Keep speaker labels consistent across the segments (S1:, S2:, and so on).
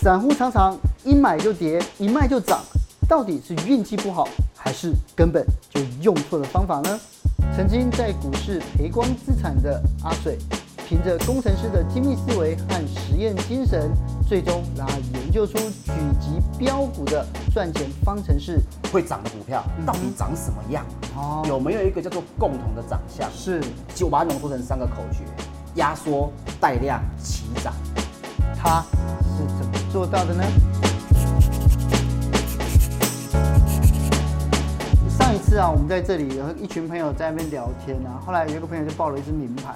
S1: 散户常常一买就跌，一卖就涨，到底是运气不好，还是根本就用错了方法呢？曾经在股市赔光资产的阿水，凭着工程师的精密思维和实验精神，最终让他研究出狙击标股的赚钱方程式。
S2: 会涨的股票到底长什么样？
S1: 哦
S2: 有没有一个叫做共同的长相？
S1: 是
S2: 其实我把它浓缩成三个口诀：压缩、带量、起涨。
S1: 他是怎么做到的呢？上一次啊，我们在这里有一群朋友在那边聊天啊，后来有一个朋友就报了一只名牌，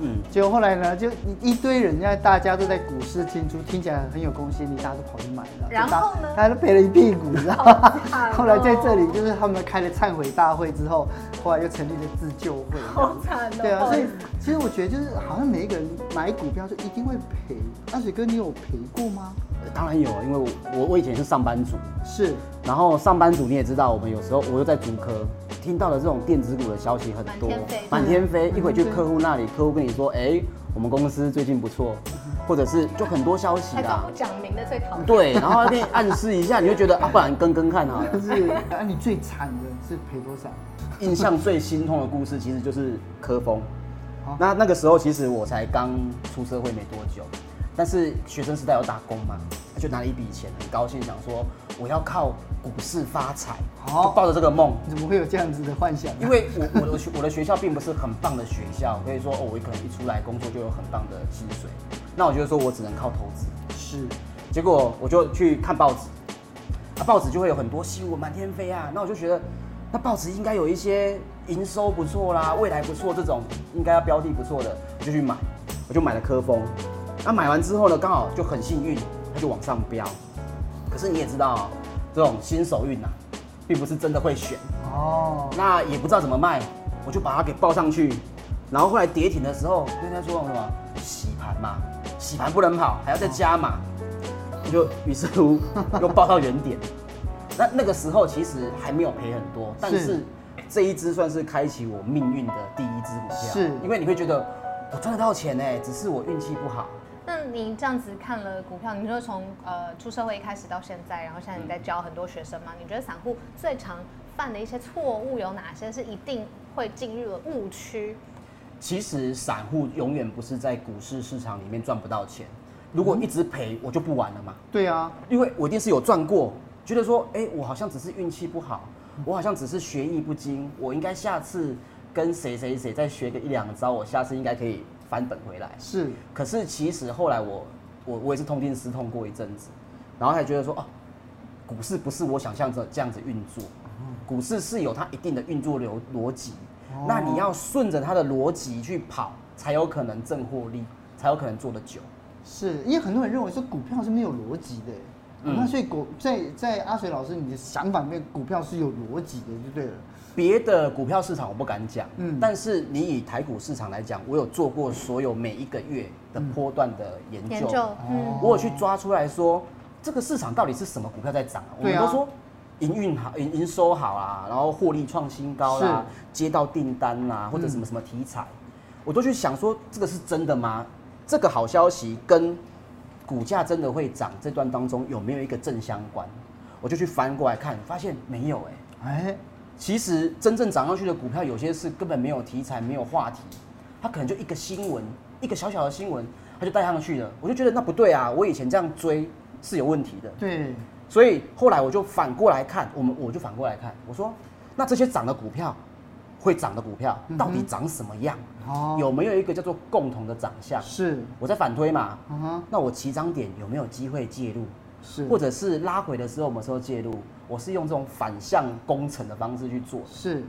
S2: 嗯，
S1: 结果后来呢，就一堆人家大家都在股市进出，听起来很有公信力，大家都跑去买了，
S3: 然后呢
S1: 大家都赔了一屁股，你知道 吗
S3: 好惨哦？
S1: 后来在这里就是他们开了忏悔大会之后，后来又成立了自救会，
S3: 好惨哦
S1: 对啊，所以其实我觉得就是好像每一个人买股票就一定会赔。阿水哥，你有赔过吗？
S2: 呃当然有，因为我我我以前是上班族，
S1: 是，
S2: 然后上班族你也知道，我们有时候我又在竹科，听到的这种电子股的消息很多
S3: 满天飞，
S2: 满天飞，
S1: 嗯
S2: 一会去
S1: 对
S2: 客户那里，客户跟你说，哎，我们公司最近不错，或者是就很多消息
S3: 还
S2: 啦
S3: 公。布讲明的最讨厌。
S2: 对，然后那边暗示一下，你就觉得啊，不然跟跟看哈。
S1: 但是 啊，你最惨的是赔多少？
S2: 印象最心痛的故事其实就是科峰
S1: 哦。
S2: 那那个时候其实我才刚出社会没多久，但是学生时代有打工嘛，就拿了一笔钱，很高兴，想说我要靠股市发财，
S1: 哦
S2: 就抱着这个梦。
S1: 你怎么会有这样子的幻想、
S2: 因为我我的学我的学校并不是很棒的学校，可以说哦，我可能一出来工作就有很棒的薪水，那我觉得说我只能靠投资。
S1: 是，
S2: 结果我就去看报纸，啊，报纸就会有很多新闻满天飞啊，那我就觉得，那报纸应该有一些营收不错啦，未来不错这种，应该要标的不错的，我就去买，我就买了科峰，那买完之后呢，刚好就很幸运，它就往上飙，可是你也知道、这种新手运呐、啊并不是真的会选，
S1: 哦，
S2: 那也不知道怎么卖，我就把它给报上去。然后后来跌停的时候，跟他说什么洗盘嘛，洗盘不能跑，还要再加码，我就于是乎 又报到原点。那那个时候其实还没有赔很多，但
S1: 是
S2: 是这一只算是开启我命运的第一只股票，
S1: 是
S2: 因为你会觉得我赚得到钱哎，只是我运气不好。
S3: 那你这样子看了股票，你说从呃出社会开始到现在，然后现在你在教很多学生嘛？你觉得散户最常犯的一些错误有哪些？是一定会进入的误区？
S2: 其实散户永远不是在股市市场里面赚不到钱，如
S1: 嗯
S2: 果一直赔，我就不玩了嘛。
S1: 对啊，
S2: 因为我一定是有赚过，觉得说，哎、我好像只是运气不好，我好像只是学艺不精，我应该下次跟谁谁谁再学个一两招，我下次应该可以翻本回来。
S1: 是，
S2: 可是其实后来我，我我也是痛定思痛过一阵子，然后才觉得说，哦，股市不是我想象着这样子运作，股市是有它一定的运作流逻辑，那你要顺着它的逻辑去跑，才有可能挣获利，才有可能做得久。
S1: 是因为很多人认为说股票是没有逻辑的，
S2: 嗯
S1: 那所以股在在阿水老师你的想法里面，股票是有逻辑的就对了。
S2: 别的股票市场我不敢讲，
S1: 嗯
S2: 嗯，但是你以台股市场来讲，我有做过所有每一个月的波段的研究，
S3: 研究，嗯，
S2: 我有去抓出来说，这个市场到底是什么股票在涨、啊？我
S1: 对
S2: 们
S1: 啊
S2: 都说营运好、营营收好啊，然后获利创新高啦、接到订单啦、或者什么什么题材，我都去想说这个是真的吗？这个好消息跟股价真的会涨这段当中有没有一个正相关？我就去翻过来看，发现没有哎、
S1: 哎，
S2: 其实真正涨上去的股票，有些是根本没有题材、没有话题，它可能就一个新闻，一个小小的新闻，它就带上去了。我就觉得那不对啊，我以前这样追是有问题的。
S1: 对，
S2: 所以后来我就反过来看，我们我就反过来看，我说那这些涨的股票，会涨的股票
S1: 嗯哼
S2: 到底长什么样？
S1: 哦，
S2: 有没有一个叫做共同的长相？
S1: 是，
S2: 我在反推嘛，
S1: 嗯哼，
S2: 那我起涨点有没有机会介入？
S1: 是，
S2: 或者是拉回的时候，我们时候介入，我是用这种反向工程的方式去做的。
S1: 是。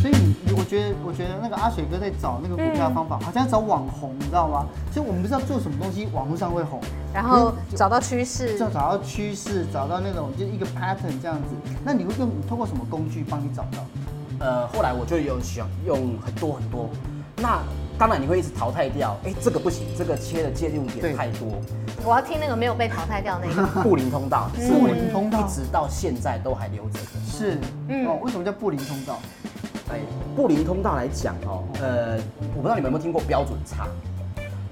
S1: 所以你，我觉得，我觉得那个阿水哥在找那个股票的方法，好像在找网红，你知道吗？所以我们不知道做什么东西网络上会红，
S3: 然后找到趋势
S1: 就，要找到趋势，找到那种就是一个 pattern 这样子。那你会用通过什么工具帮你找到？
S2: 呃，后来我就有想用很多很多，那当然你会一直淘汰掉，哎、这个不行，这个切的界定
S1: 对
S2: 点太多，
S3: 我要听那个没有被淘汰掉 那个。
S2: 布林通道，是
S1: 布
S2: 我
S1: 林通道
S2: 一直到现在都还留着的。
S1: 是，
S3: 嗯
S1: 哦，为什么叫布林通道？
S2: 哎，布林通道来讲哦，呃，我不知道你们有没有听过标准差。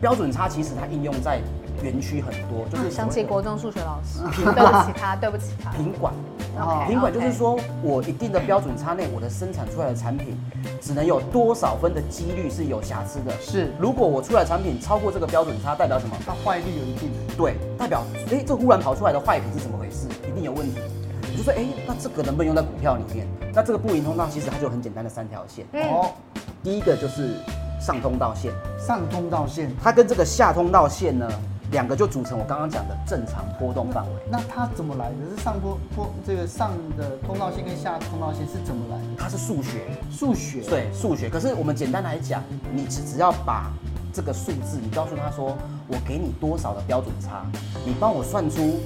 S2: 标准差其实它应用在园区很多，就
S3: 啊
S2: 是
S3: 想起
S2: 所谓
S3: 国中数学老师，对不起他，对不起他
S2: 的。品管。
S1: 哦
S3: OK，
S2: 品管就是说我一定的标准差内，我的生产出来的产品只能有多少分的几率是有瑕疵的。
S1: 是
S2: 如果我出来的产品超过这个标准差，代表什么？
S1: 它坏率有一定，
S2: 对，代表哎，这忽然跑出来的坏品是怎么回事？一定有问题。我就说，哎，那这个能不能用在股票里面？那这个步行通道其实它就有很简单的三条线，
S3: 嗯
S1: 哦，
S2: 第一个就是上通道线，
S1: 上通道线，
S2: 它跟这个下通道线呢，两个就组成我刚刚讲的正常波动范围。
S1: 那它怎么来的？是上坡坡这个上的通道线跟下通道线是怎么来的？
S2: 它是数学，
S1: 数学，
S2: 对数学。可是我们简单来讲，你只只要把这个数字，你告诉他说，我给你多少的标准差，你帮我算出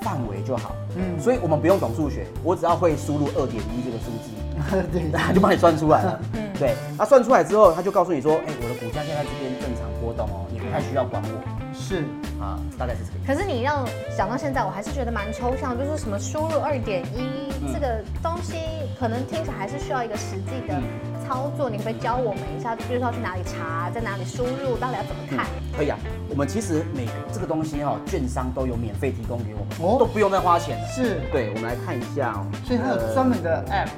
S2: 范围就好。
S1: 嗯
S2: 嗯，所以我们不用懂数学，我只要会输入二点一这个数字，
S1: 对，
S2: 他就帮你算出来了。嗯，对，他算出来之后，他就告诉你说，哎、我的股价现在这边正常波动哦，你不太需要管我
S1: 是
S2: 啊，大概是这个。
S3: 可是你让想到现在，我还是觉得蛮抽象，就是什么输入二点一这个东西，可能听起来还是需要一个实际的操作。你会教我们一下，比如说要去哪里查，在哪里输入，到底要怎么看？
S2: 可以啊，我们其实每这个东西哈、券商都有免费提供给我们，
S1: 哦
S2: 都不用再花钱了。
S1: 是，
S2: 对，我们来看一下哦。
S1: 所以它有专门的 app，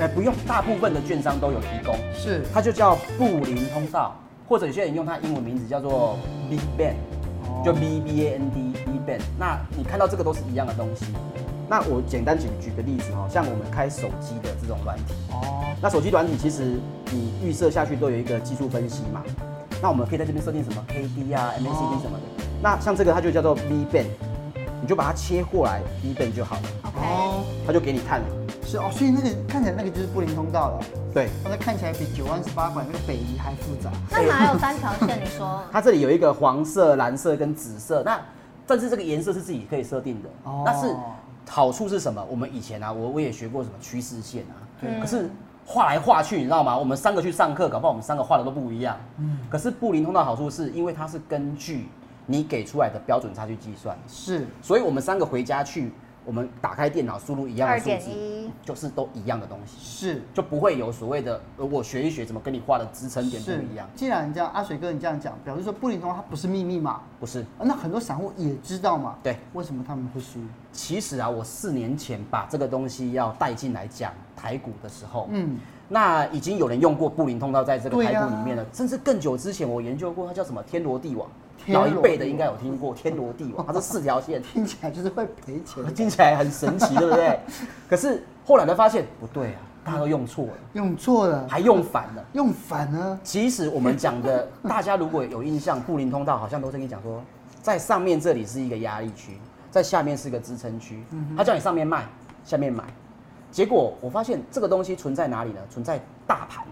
S2: 呃，不用，大部分的券商都有提供，
S1: 是
S2: 它就叫布林通道，或者有些人用它英文名字叫做 Big Bang，
S1: 哦
S2: 就 B B A N D Big Bang。那你看到这个都是一样的东西。那我简单举举个例子哦，像我们开手机的这种软体，
S1: 哦，
S2: 那手机软体其实你预设下去都有一个技术分析嘛，那我们可以在这边设定什么 KD 啊、
S1: 哦
S2: MACD 什么的。那像这个它就叫做 V band，你就把它切过来 V band 就好了，
S3: OK，、
S1: 哦，
S2: 它就给你看了。
S1: 是哦，所以那个看起来那个就是布林通道了，
S2: 对，
S1: 它看起来比九万十八馆那个北移还复杂，
S3: 那哪有三条线？你说
S2: 它这里有一个黄色、蓝色跟紫色，那但是这个颜色是自己可以设定的。
S1: 哦
S2: 那是好处是什么？我们以前啊，我我也学过什么趋势线啊，
S1: 对
S2: 可是画来画去，你知道吗？我们三个去上课，搞不好我们三个画的都不一样。
S1: 嗯
S2: 可是布林通道好处是因为它是根据你给出来的标准差去计算，
S1: 是
S2: 所以我们三个回家去，我们打开电脑输入一样的
S3: 二
S2: 数
S3: 点
S2: 字，
S3: 一，
S2: 就是都一样的东西，
S1: 是。
S2: 就不会有所谓的呃我学一学怎么跟你画的支撑点不
S1: 是
S2: 一样，
S1: 既然这样，阿水哥你这样讲，表示说布林通道它不是秘密嘛？
S2: 不是。
S1: 啊那很多散户也知道嘛？
S2: 对，
S1: 为什么他们会输？
S2: 其实啊，我四年前把这个东西要带进来讲台股的时候，
S1: 嗯，
S2: 那已经有人用过布林通道在这个
S1: 对啊
S2: 台股里面了，甚至更久之前我研究过，它叫什么天罗地网，
S1: 天罗
S2: 老
S1: 地
S2: 一
S1: 网
S2: 辈的应该有听过天罗地网，它是四条线，
S1: 听起来就是会赔钱，
S2: 听起来很神奇，对不对？可是后来才发现不对啊，大家都用错了，
S1: 用错了，
S2: 还用反了。
S1: 用反了，
S2: 其实我们讲的， 大家如果有印象，布林通道好像都是跟你讲说，在上面这里是一个压力区，在下面是一个支撑区。他叫你上面卖，下面买。结果我发现这个东西存在哪里呢？存在大盘，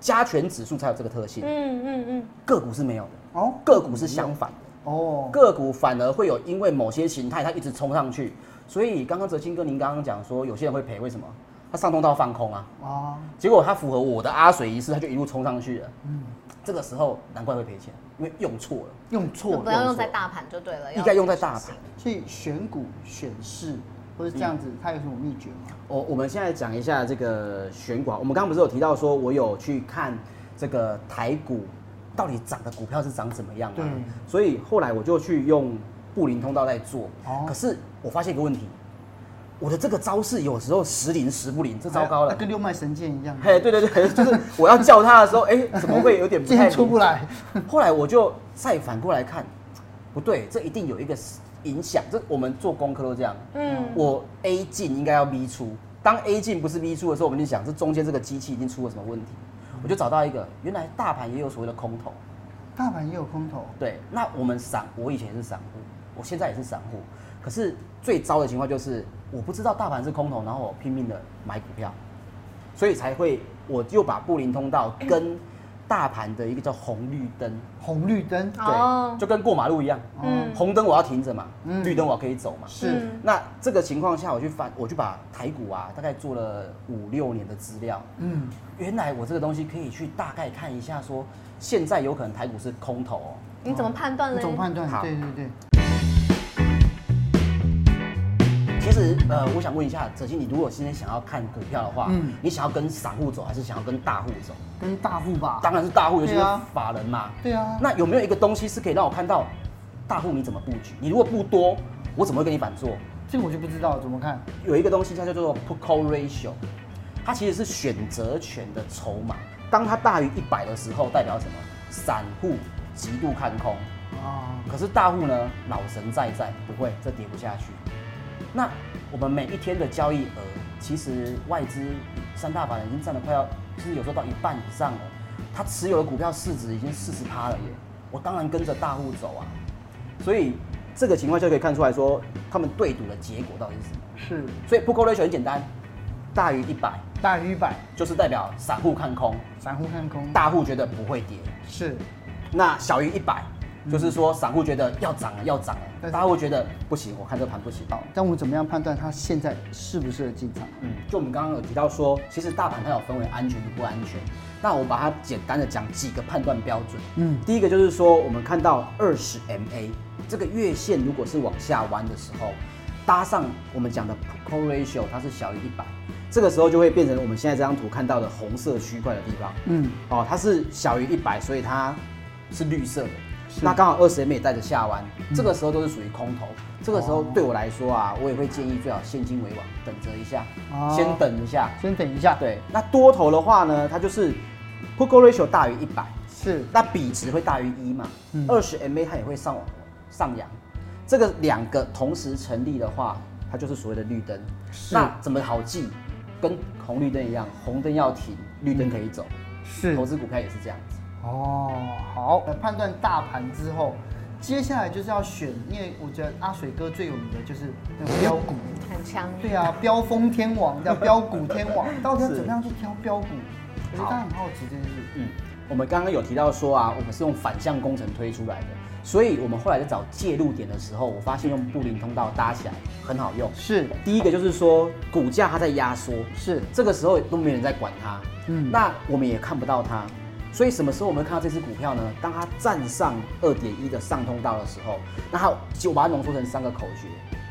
S2: 加权指数才有这个特性，
S3: 嗯嗯嗯，
S2: 个股是没有的，
S1: 哦
S2: 个股是相反的。
S1: 哦，
S2: 个股反而会有因为某些形态它一直冲上去，所以刚刚哲清哥您刚刚讲说有些人会赔，为什么？他上通道放空啊，
S1: 啊，
S2: 结果它符合我的阿水仪式，它就一路冲上去了。
S1: 嗯
S2: 这个时候难怪会赔钱，因为用错了，
S1: 用
S3: 就
S1: 错
S3: 不要
S1: 了，
S3: 用在大盘就对
S1: 哎
S3: 了，
S2: 应该用在大盘。
S1: 所以选股选市或者这样子，它有什么秘诀吗？
S2: 我哦我们现在讲一下这个选股啊，我们刚刚不是有提到说，我有去看这个台股到底涨的股票是涨怎么样嘛
S1: 对？
S2: 所以后来我就去用布林通道在做，
S1: 哦
S2: 可是我发现一个问题，我的这个招式有时候时灵时不灵，这糟糕
S1: 那
S2: 了。
S1: 啊跟六脉神剑一样，
S2: 嘿，对对对，就是我要叫他的时候，哎、怎么会有点不
S1: 今
S2: 太
S1: 天
S2: 灵
S1: 出不来，
S2: 后来我就再反过来看，不对，这一定有一个影响。这我们做功课都这样，
S3: 嗯，
S2: 我 A 进应该要 B 出，当 A 进不是 B 出的时候，我们就想这中间这个机器已经出了什么问题。我就找到一个，原来大盘也有所谓的空头。
S1: 大盘也有空头，
S2: 对，那我们散，我以前也是散户，我现在也是散户。可是最糟的情况就是，我不知道大盘是空头，然后我拼命的买股票，所以才会我就把布林通道跟大盘的一个叫红绿灯
S1: 红绿灯，
S2: 嗯
S3: 哦
S2: 对，就跟过马路一样，
S3: 嗯
S2: 红灯我要停着嘛，
S1: 嗯
S2: 绿灯我可以走嘛。
S1: 是
S3: 嗯
S2: 那这个情况下，我去翻，我去把台股啊，大概做了五六年的资料，
S1: 嗯，
S2: 原来我这个东西可以去大概看一下说现在有可能台股是空头哦。
S3: 你怎么判断
S1: 你
S3: 嘞？
S1: 怎么判断？
S2: 好
S1: 对对对，
S2: 其实呃，我想问一下哲欣，你如果今天想要看股票的话，
S1: 嗯
S2: 你想要跟散户走，还是想要跟大户走？
S1: 跟大户吧。
S2: 当然是大户，尤其是
S1: 对啊
S2: 法人嘛。
S1: 对啊，
S2: 那有没有一个东西是可以让我看到大户你怎么布局？你如果不多，我怎么会跟你反做？
S1: 这个我就不知道怎么看。
S2: 有一个东西它叫做 put call ratio，它其实是选择权的筹码。当它大于一百的时候，代表什么？散户极度看空，
S1: 啊，
S2: 可是大户呢，老神在在，不会，这跌不下去。那我们每一天的交易额，其实外资三大法人已经占了快要，就是有时候到一半以上了。他持有的股票市值已经四十趴了耶，我当然跟着大户走啊。所以这个情况就可以看出来说，他们对赌的结果到底是什么。
S1: 是
S2: 所以 put call ratio 很简单，大于一百
S1: 大于一百，
S2: 就是代表散户看空，
S1: 散户看空。
S2: 大户觉得不会跌。
S1: 是，
S2: 那小于一百，就是说散户觉得要涨了，要涨
S1: 但
S2: 了，
S1: 是
S2: 大户觉得不行，我看这盘不行。
S1: 但我们怎么样判断它现在适不适合进场？
S2: 嗯，就我们刚刚有提到说，其实大盘它有分为安全与不安全。那我把它简单的讲几个判断标准。
S1: 嗯，
S2: 第一个就是说，我们看到二十 MA 这个月线如果是往下弯的时候，搭上我们讲的 put call ratio，它是小于一百，这个时候就会变成我们现在这张图看到的红色区块的地方。
S1: 嗯，
S2: 哦，它是小于一百，所以它是绿色的。
S1: 是嗯
S2: 那刚好二十 M 也带着下弯，这个时候都是属于空头。这个时候
S1: 哦
S2: 对我来说啊，我也会建议最好现金为王，等着一下，
S1: 哦
S2: 先等一下。
S1: 先等一下。，
S2: 对，那多头的话呢，它就是 put call ratio 大于一百，
S1: 是
S2: 那比值会大于一嘛
S1: 嗯，
S2: 二十 MA 它也会上往上扬，这个两个同时成立的话，它就是所谓的绿灯。
S1: 是
S2: 那怎么好记？跟红绿灯一样，红灯要停，绿灯可以走。
S1: 是
S2: 投资股票也是这样子。
S1: 哦，好，那判断大盘之后，接下来就是要选，因为我觉得阿水哥最有名的就是那个标股，
S3: 很强。
S1: 对啊，标风天王 叫标股天王，到底要怎么样去挑标股？我觉得大家很好奇这件事。
S2: 嗯，我们刚刚有提到说啊，我们是用反向工程推出来的，所以我们后来在找介入点的时候，我发现用布林通道搭起来很好用。
S1: 是
S2: 第一个就是说股价它在压缩，
S1: 是
S2: 这个时候都没人在管它，
S1: 嗯
S2: 嗯，那我们也看不到它，所以什么时候我们会看到这只股票呢？当它站上二点一的上通道的时候，那它就把它浓缩成三个口诀：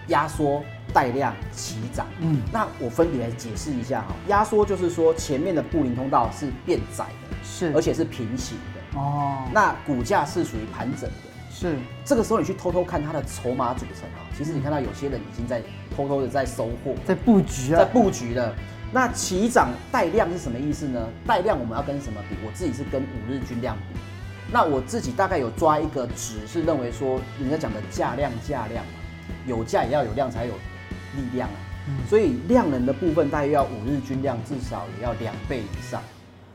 S2: 压缩、带量、起涨。
S1: 嗯
S2: 嗯，那我分别来解释一下哈。压缩就是说前面的布林通道是变窄的，
S1: 是
S2: 而且是平行的，
S1: 哦，
S2: 那股价是属于盘整的。
S1: 是
S2: 这个时候你去偷偷看它的筹码组成啊，其实你看到有些人已经在偷偷的在收获，
S1: 在布局
S2: 在
S1: 啊，
S2: 布局了。那起涨带量是什么意思呢？带量我们要跟什么比？我自己是跟五日均量比。那我自己大概有抓一个值，是认为说人家讲的价量价量嘛，有价也要有量才有力量啊。所以量能的部分大约要五日均量至少也要两倍以上。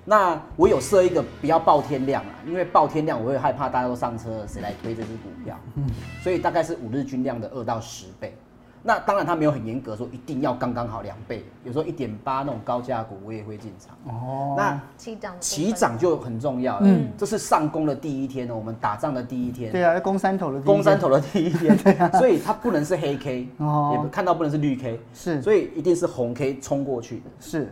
S2: 那我有设一个不要爆天量啊，因为爆天量我会害怕大家都上车了，谁来推这只股票？ 所以大概是五日均量的二到十倍。那当然，它没有很严格说一定要刚刚好两倍，有时候一点八那种高价股我也会进场。
S1: 哦，
S2: 那
S3: 起涨的部分
S2: 起涨就很重要了，
S1: 嗯
S2: 这是上攻的第一天哦，我们打仗的第一天，
S1: 对啊，攻山头的地方
S2: 攻山头的第一天， 所以它不能是黑 K，
S1: 哦
S2: 也不看到不能是绿 K，
S1: 是
S2: 所以一定是红 K 冲过去的。
S1: 是。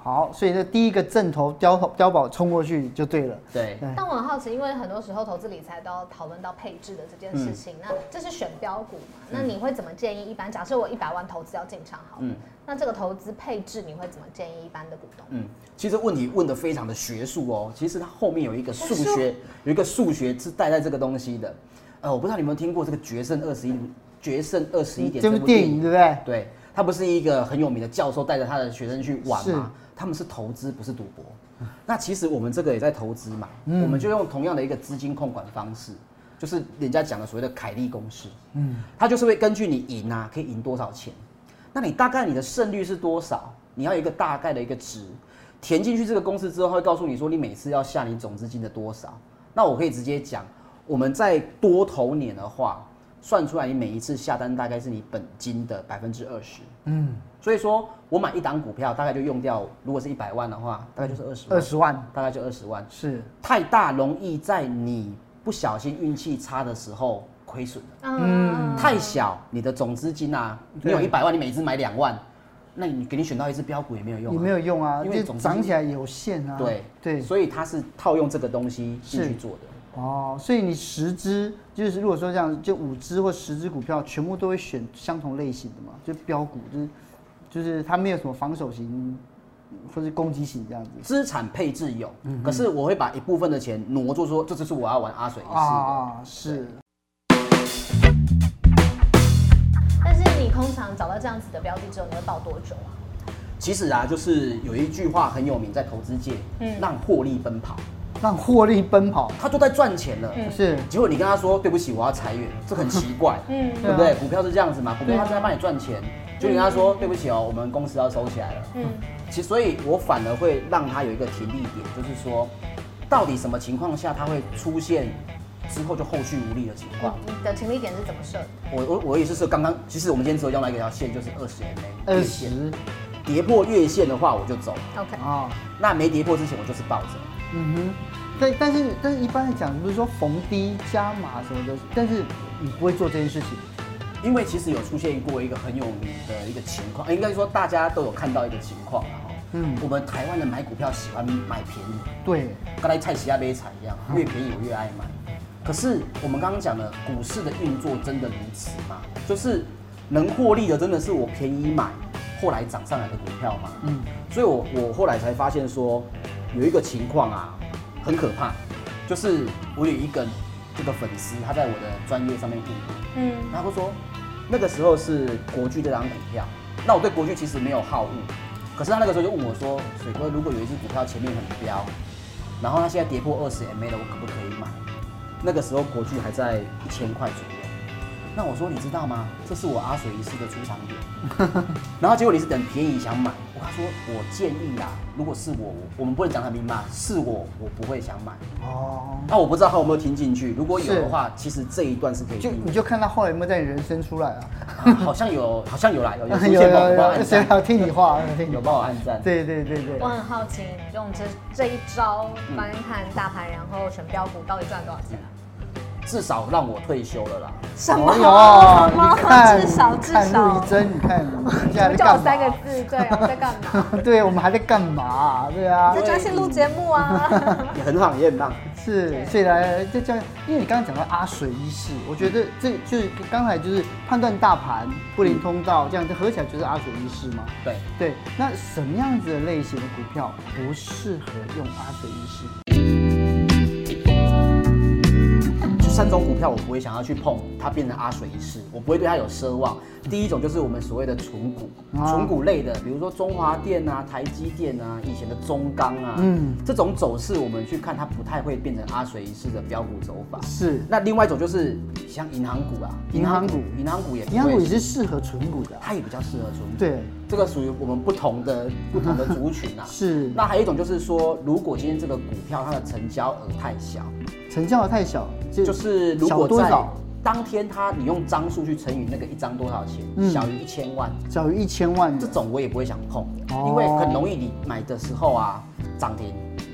S1: 好，所以这第一个正头碉堡碉堡冲过去就对了。
S2: 对，
S1: 对
S3: 但我很好奇，因为很多时候投资理财都要讨论到配置的这件
S1: 嗯
S3: 事情，那这是选标股嘛？那你会怎么建议一般？假设我一百万投资要进场好了，
S2: 嗯
S3: 那这个投资配置你会怎么建议一般的股东？
S2: 嗯，其实问题问的非常的学术哦，其实它后面有一个数
S3: 学
S2: 学，有一个数学是带在这个东西的。呃，我不知道你有没有听过这个《决胜二十一》，《决胜二十一点》
S1: 这部电影对不对？
S2: 对，他不是一个很有名的教授带着他的学生去玩
S1: 是
S2: 嘛？他们是投资，不是赌博。那其实我们这个也在投资嘛，我们就用同样的一个资金控管方式，就是人家讲的所谓的凯利公式。嗯，它就是会根据你赢啊，可以赢多少钱，那你大概你的胜率是多少？你要有一个大概的一个值，填进去这个公式之后，它会告诉你说你每次要下你总资金的多少。那我可以直接讲，我们在多头年的话，算出来你每一次下单大概是你本金的百分之二十。
S1: 嗯，
S2: 所以说我买一档股票，大概就用掉，如果是一百万的话，大概就是二十
S1: 二
S2: 万，
S1: 十万
S2: 大概就二十万。
S1: 是
S2: 太大容易在你不小心运气差的时候亏损。
S3: 嗯，
S2: 太小，你的总资金啊，你
S1: 对
S2: 有一百万，你每只买两万，那你给你选到一只标股也没有用、啊，
S1: 也没有用啊，
S2: 因为
S1: 就
S2: 总
S1: 涨起
S2: 来，
S1: 来有限啊。
S2: 对
S1: 对，
S2: 所以它是套用这个东西进
S1: 是
S2: 去做的。
S1: 哦，所以你十只，就是如果说这样，就五只或十只股票，全部都会选相同类型的嘛，就标股，就是就是它没有什么防守型或是嗯攻击型这样子。
S2: 资产配置有，可是我会把一部分的钱挪做说，这就是我要玩阿水一次的。
S1: 啊，是，
S3: 但是你通常找到这样子的标的之后，你会抱多久啊？
S2: 其实啊，就是有一句话很有名，在投资界，
S3: 嗯
S2: 让获利奔跑，
S1: 让获利奔跑，
S2: 他都在赚钱了。
S3: 嗯
S1: 是
S2: 结果你跟他说对不起，我要裁员，这很奇怪，
S3: 嗯
S2: 对不
S1: 对
S2: 对？股票是这样子嘛，股票它是在帮你赚钱，就你跟他说对不起哦，我们公司要收起来了。
S3: 嗯
S2: 其实，所以我反而会让他有一个停利点，就是说，到底什么情况下他会出现之后就后续无力的情况？
S3: 你的停利点是怎么设的？
S2: 我我我也是说，刚刚其实我们今天只有用到一条线，就是二十 MA
S1: 二
S2: 月线，
S1: 十
S2: 跌破月线的话我就走，
S3: OK，
S1: 啊，
S2: 那没跌破之前我就是抱着。
S1: 嗯哼。但但是但是一般来讲，比如说逢低加码什么的，但是你不会做这件事情。
S2: 因为其实有出现过一个很有名的一个情况，呃应该说大家都有看到一个情况啊。哈
S1: 嗯
S2: 我们台湾人买股票喜欢买便宜，
S1: 对，
S2: 跟来菜奇亚杯菜一样，越便宜我越爱买。可是我们刚刚讲的股市的运作真的如此吗？就是能获利的真的是我便宜买，后来涨上来的股票吗？
S1: 嗯，
S2: 所以我我后来才发现说，有一个情况啊，很可怕，就是我有一个这个粉丝，他在我的专业上面问我，
S3: 嗯
S2: 然后他说那个时候是国巨这张股票，那我对国巨其实没有好恶，可是他那个时候就问我说，水哥，如果有一只股票前面很飙，然后它现在跌破二十 MA 了，我可不可以买？那个时候国巨还在一千块左右。那我说你知道吗？这是我阿水一次的出场 点。然后结果你是等便宜想买，我他说我建议啊，如果是我，我我们不能讲他明白，是我我不会想买。
S1: 哦，
S2: 那我不知道他有没有听进去，如果有
S1: 是
S2: 的话，其实这一段是可以
S1: 就
S2: 避免
S1: 你就看他后来有没有在你人生出来啊？
S2: 啊好像有，好像有啦，有有出
S1: 有
S2: 现帮我
S1: 有
S2: 帮我
S1: 有，
S2: 按
S1: 谁要
S2: 赞，
S1: 听你话？有听你
S2: 有
S1: 话。
S2: 帮我按赞。
S1: 对对对对
S3: 我。很好奇，你用这这一招
S1: 嗯
S3: 观看大盘，然后选标股，到底赚多少钱啊？
S2: 至少让我退休了啦。
S3: 什么？
S1: 哎
S3: 什
S1: 呦
S3: 么
S1: 你看，？
S3: 至少
S1: 你
S3: 至
S1: 看陆
S3: 少
S1: 一，真，你看你现在在
S3: 就有
S1: 干
S3: 三个
S1: 嘛？
S3: 字，对啊，在干嘛？
S1: 对，我们还在干嘛、对啊
S3: 在，专心录节目啊。
S2: 也很好，也很棒。
S1: 是，
S3: 对
S1: 所以来再这样，因为你刚刚讲到阿水一事，我觉得这就是刚才就是判断大盘、布林通道这样，这合起来就是阿水一事嘛。
S2: 对，
S1: 对，那什么样子的类型的股票不适合用阿水一事？
S2: 就三种股票我不会想要去碰，它变成阿水一世，我不会对它有奢望。第一种就是我们所谓的纯股，
S1: 啊
S2: 纯股类的，比如说中华电啊、台积电啊、以前的中钢啊，
S1: 嗯
S2: 嗯，这种走势我们去看，它不太会变成阿水一世的标股走法。
S1: 是，
S2: 那另外一种就是像银行股啊，
S1: 银行股
S2: 银行股也不会
S1: 银行股也是适合纯股的啊、
S2: 它也比较适合纯股。
S1: 对，。
S2: 这个属于我们不同的不同的族群啊
S1: 是
S2: 那还有一种就是说，如果今天这个股票它的成交额太小，
S1: 成交额太小，就
S2: 就是如
S1: 小
S2: 果
S1: 多
S2: 在
S1: 少？
S2: 当天它你用张数去乘以那个一张多少钱，
S1: 嗯
S2: 小于一千万，
S1: 小于一千万的
S2: 这种我也不会想碰，
S1: 哦
S2: 因为很容易你买的时候啊涨停，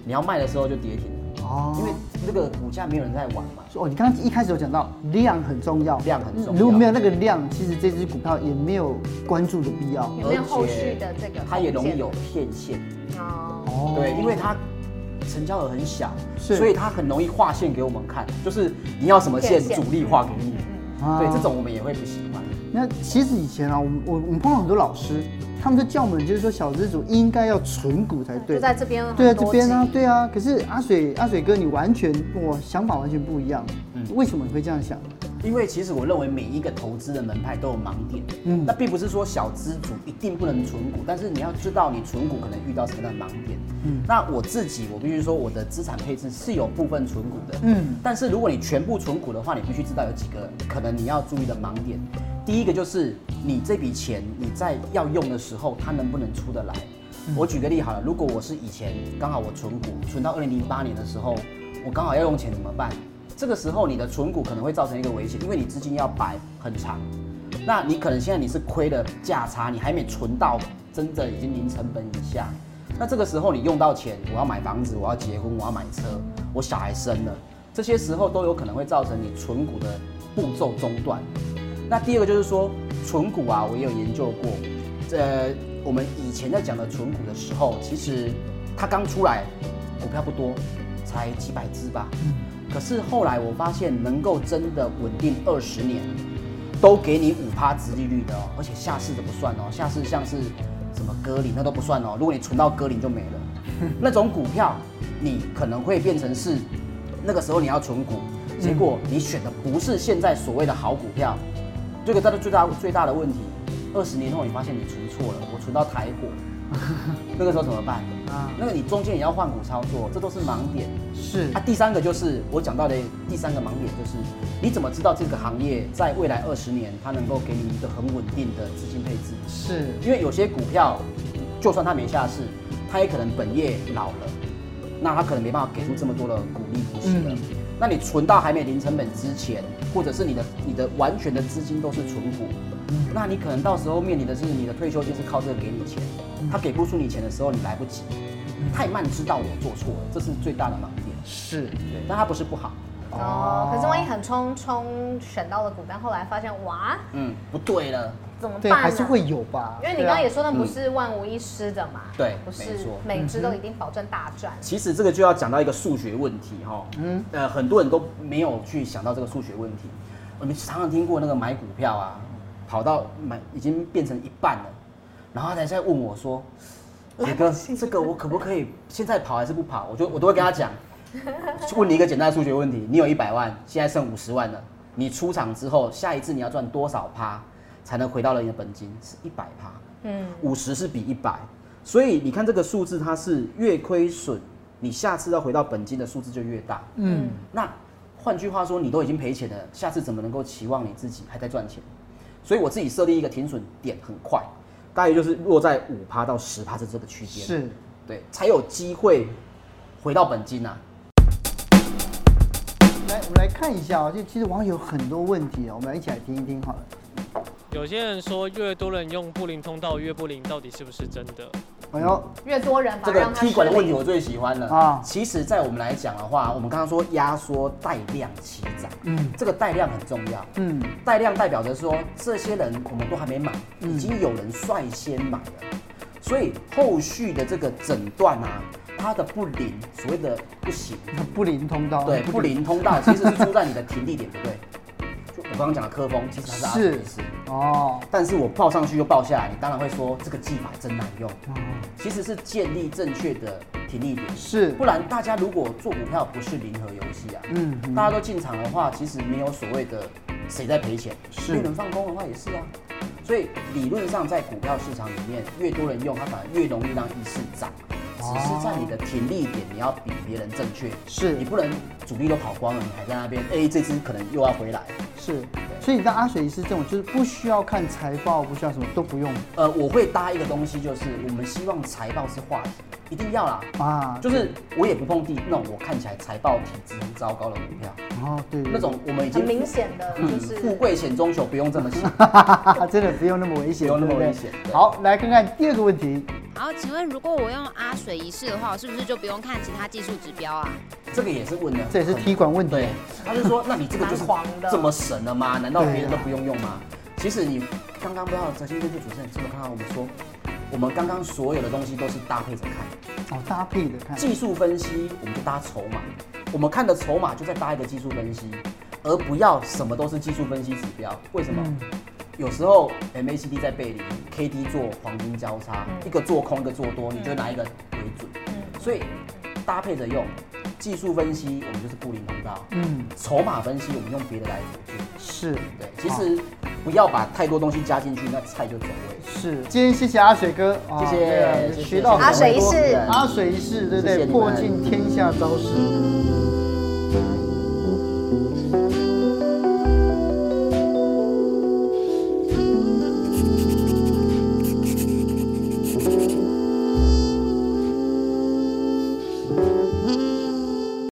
S2: 你要卖的时候就跌停，
S1: 哦，
S2: 因为这个股价没有人在玩嘛。
S1: 哦，你刚刚一开始有讲到量很重要，
S2: 量很重要
S1: 如果没有那个量，其实这只股票也没有关注的必要。
S3: 有没有后续的这个
S2: 它也容
S3: 空
S2: 易
S3: 间
S2: 有骗线，
S3: 哦，
S1: 哦
S2: 对，因为它成交额很小，
S1: 是
S2: 所以它很容易划线给我们看，就是你要什么线，
S3: 骗线嗯
S2: 主力划给你。
S1: 啊
S2: 对，这种我们也会不喜欢。
S1: 那其实以前啊，我们我我们碰到很多老师，他们就叫我们就是说小资主应该要存股才对，
S3: 就在这边很
S1: 对啊
S3: 多
S1: 这边啊
S3: 集，
S1: 对啊。可是阿水阿水哥，你完全我想法完全不一样，
S2: 嗯
S1: 为什么你会这样想？
S2: 因为其实我认为每一个投资的门派都有盲点，
S1: 嗯
S2: 嗯，那并不是说小资主一定不能存股，但是你要知道你存股可能遇到什么样的盲点。
S1: 嗯
S2: 嗯，那我自己我必须说我的资产配置是有部分存股的，
S1: 嗯
S2: 嗯，但是如果你全部存股的话，你必须知道有几个可能你要注意的盲点。第一个就是你这笔钱你在要用的时候，它能不能出得来？我举个例好了，如果我是以前刚好我存股存到二零零八年的时候，我刚好要用钱怎么办？这个时候你的存股可能会造成一个危险，因为你资金要摆很长，那你可能现在你是亏了价差，你还没存到真正已经零成本以下。那这个时候你用到钱，我要买房子，我要结婚，我要买车，我小孩生了，这些时候都有可能会造成你存股的步骤中断。那第二个就是说，存股啊，我也有研究过。呃，我们以前在讲的存股的时候，其实它刚出来，股票不多，才几百只吧。可是后来我发现，能够真的稳定二十年，都给你五趴殖利率的哦，而且下市的不算哦，下市像是什么格林那都不算哦，如果你存到格林就没了，那种股票你可能会变成是那个时候你要存股，结果你选的不是现在所谓的好股票，这个它的最大最大的问题，二十年后你发现你存错了，我存到台股，那个时候怎么办？
S1: 啊，
S2: 那个你中间也要换股操作，这都是盲点。
S1: 是
S2: 啊，第三个就是我讲到的第三个盲点，就是你怎么知道这个行业在未来二十年它能够给你一个很稳定的资金配置？
S1: 是
S2: 因为有些股票，就算它没下市，它也可能本业老了，那它可能没办法给出这么多的股利股息了。
S1: 嗯
S2: 那你存到还没零成本之前，或者是你的你的完全的资金都是存股，那你可能到时候面临的是你的退休金是靠这个给你钱，他给不出你钱的时候，你来不及，太慢知道我做错了，这是最大的盲点。
S1: 是，
S2: 对，但它不是不好，
S3: 哦，可是万一很冲冲选到了股，但后来发现哇，
S2: 嗯，不对了，
S3: 怎么办
S1: 对，
S3: 呢、
S1: 还是会有吧？
S3: 因为你刚刚也
S1: 对啊
S3: 说那不是万无一失的嘛，
S2: 对
S3: 不
S2: 没
S3: 是
S2: 错
S3: 每只都一定保证大赚。
S2: 其实这个就要讲到一个数学问题哈、嗯，呃，很多人都没有去想到这个数学问题。我们常常听过那个买股票啊，跑到买已经变成一半了，然后他才在问我说：“杰 哥，这个我可不可以现在跑还是不跑？”我就我都会跟他讲，问你一个简单的数学问题：你有一百万，现在剩五十万了，你出场之后，下一次你要赚多少趴才能回到了你的本金？是一百趴。
S3: 嗯，
S2: 五十是比一百，所以你看这个数字，它是越亏损，你下次要回到本金的数字就越大。
S1: 嗯，
S2: 那换句话说，你都已经赔钱了，下次怎么能够期望你自己还在赚钱？所以我自己设定一个停损点很快，大约就是落在五趴到十趴的这个
S3: 嗯
S2: 区间，
S1: 是
S2: 对，才有机会回到本金啊。
S1: 来，我们来看一下啊、就其实网友有很多问题啊，我们来一起来听一听好了。
S4: 有些人说，越多人用不灵通道越不灵，到底是不是真的？
S2: 嗯
S1: 哎呦，
S3: 越多人
S2: 这
S3: 反而
S2: 个
S3: 让它
S2: 踢馆的
S3: 失
S2: 问
S3: 灵
S2: 题我最喜欢了
S1: 啊
S2: 啊！其实，在我们来讲的话，我们刚刚说压缩带量起涨，
S1: 嗯
S2: 这个带量很重要。
S1: 嗯，
S2: 带量代表着说，这些人我们都还没买，已经有人率先买了，所以后续的这个诊断啊，它的不灵，所谓的不行，
S1: 不灵通道，
S2: 对，不灵通道其实是出在你的停利点不 对。就我刚刚讲的科峰，其实它是阿
S1: 是
S2: 斯匹斯
S1: 哦，
S2: 但是我报上去又报下来，你当然会说这个技法真难用。
S1: 哦
S2: 其实是建立正确的停利点，
S1: 是
S2: 不，然大家如果做股票不是零和游戏啊，
S1: 嗯嗯
S2: 大家都进场的话，其实没有所谓的谁在赔钱，
S1: 是
S2: 没人放空的话也是啊。所以理论上在股票市场里面，越多人用，它反而越容易让一市涨。只
S1: 哦
S2: 是在你的停利点，你要比别人正确，
S1: 是
S2: 你不能主力都跑光了，你还在那边，哎、这只可能又要回来。
S1: 是，所以像阿水是这种，就是不需要看财报，不需要什么都不用
S2: 呃，我会搭一个东西，就是我们希望财报是话题，一定要啦。
S1: 啊，
S2: 就是我也不碰地那种我看起来财报体质很糟糕的股票，
S1: 哦对，对
S2: 那种我们已
S3: 很
S2: 经
S3: 明显的
S2: 嗯
S3: 就是
S2: 富贵险中求，不用这 么想。
S1: 啊真的不用那么危险，
S2: 不用那么
S1: 对对
S2: 危险对
S1: 好，来看看第二个问题，
S5: 好，请问如果我用阿水仪式的话，我是不是就不用看其他技术指标啊？
S2: 这个也是问的，嗯
S1: 这也是踢馆问题
S2: 对，他就 说，那你这个就是
S3: 蛮狂的
S2: 这么神了吗？难道别人
S1: 对
S2: 都
S1: 啊
S2: 不用用吗？其实你刚刚不知道泽鑫跟这主持人是不是看到我们说，我们刚刚所有的东西都是搭配着看，
S1: 哦，搭配的看，
S2: 技术分析我们就搭筹码，我们看的筹码就再搭一个技术分析，而不要什么都是技术分析指标。为什么？有时候 MACD 在背离，KD 做黄金交叉，一个做空，一个做多，你就拿一个为准。所以搭配着用，技术分析我们就是布林通道，
S1: 嗯，
S2: 筹码分析我们用别的来辅助。
S1: 是，
S2: 对，其实不要把太多东西加进去，那菜就走味。
S1: 是，今天谢谢阿水哥，啊
S2: 谢
S1: 对啊
S2: 谢，谢谢
S1: 学到很多
S3: 阿水一世
S1: 阿水一世，对不
S2: 谢谢
S1: 对？
S2: 你们
S1: 破尽天下招式。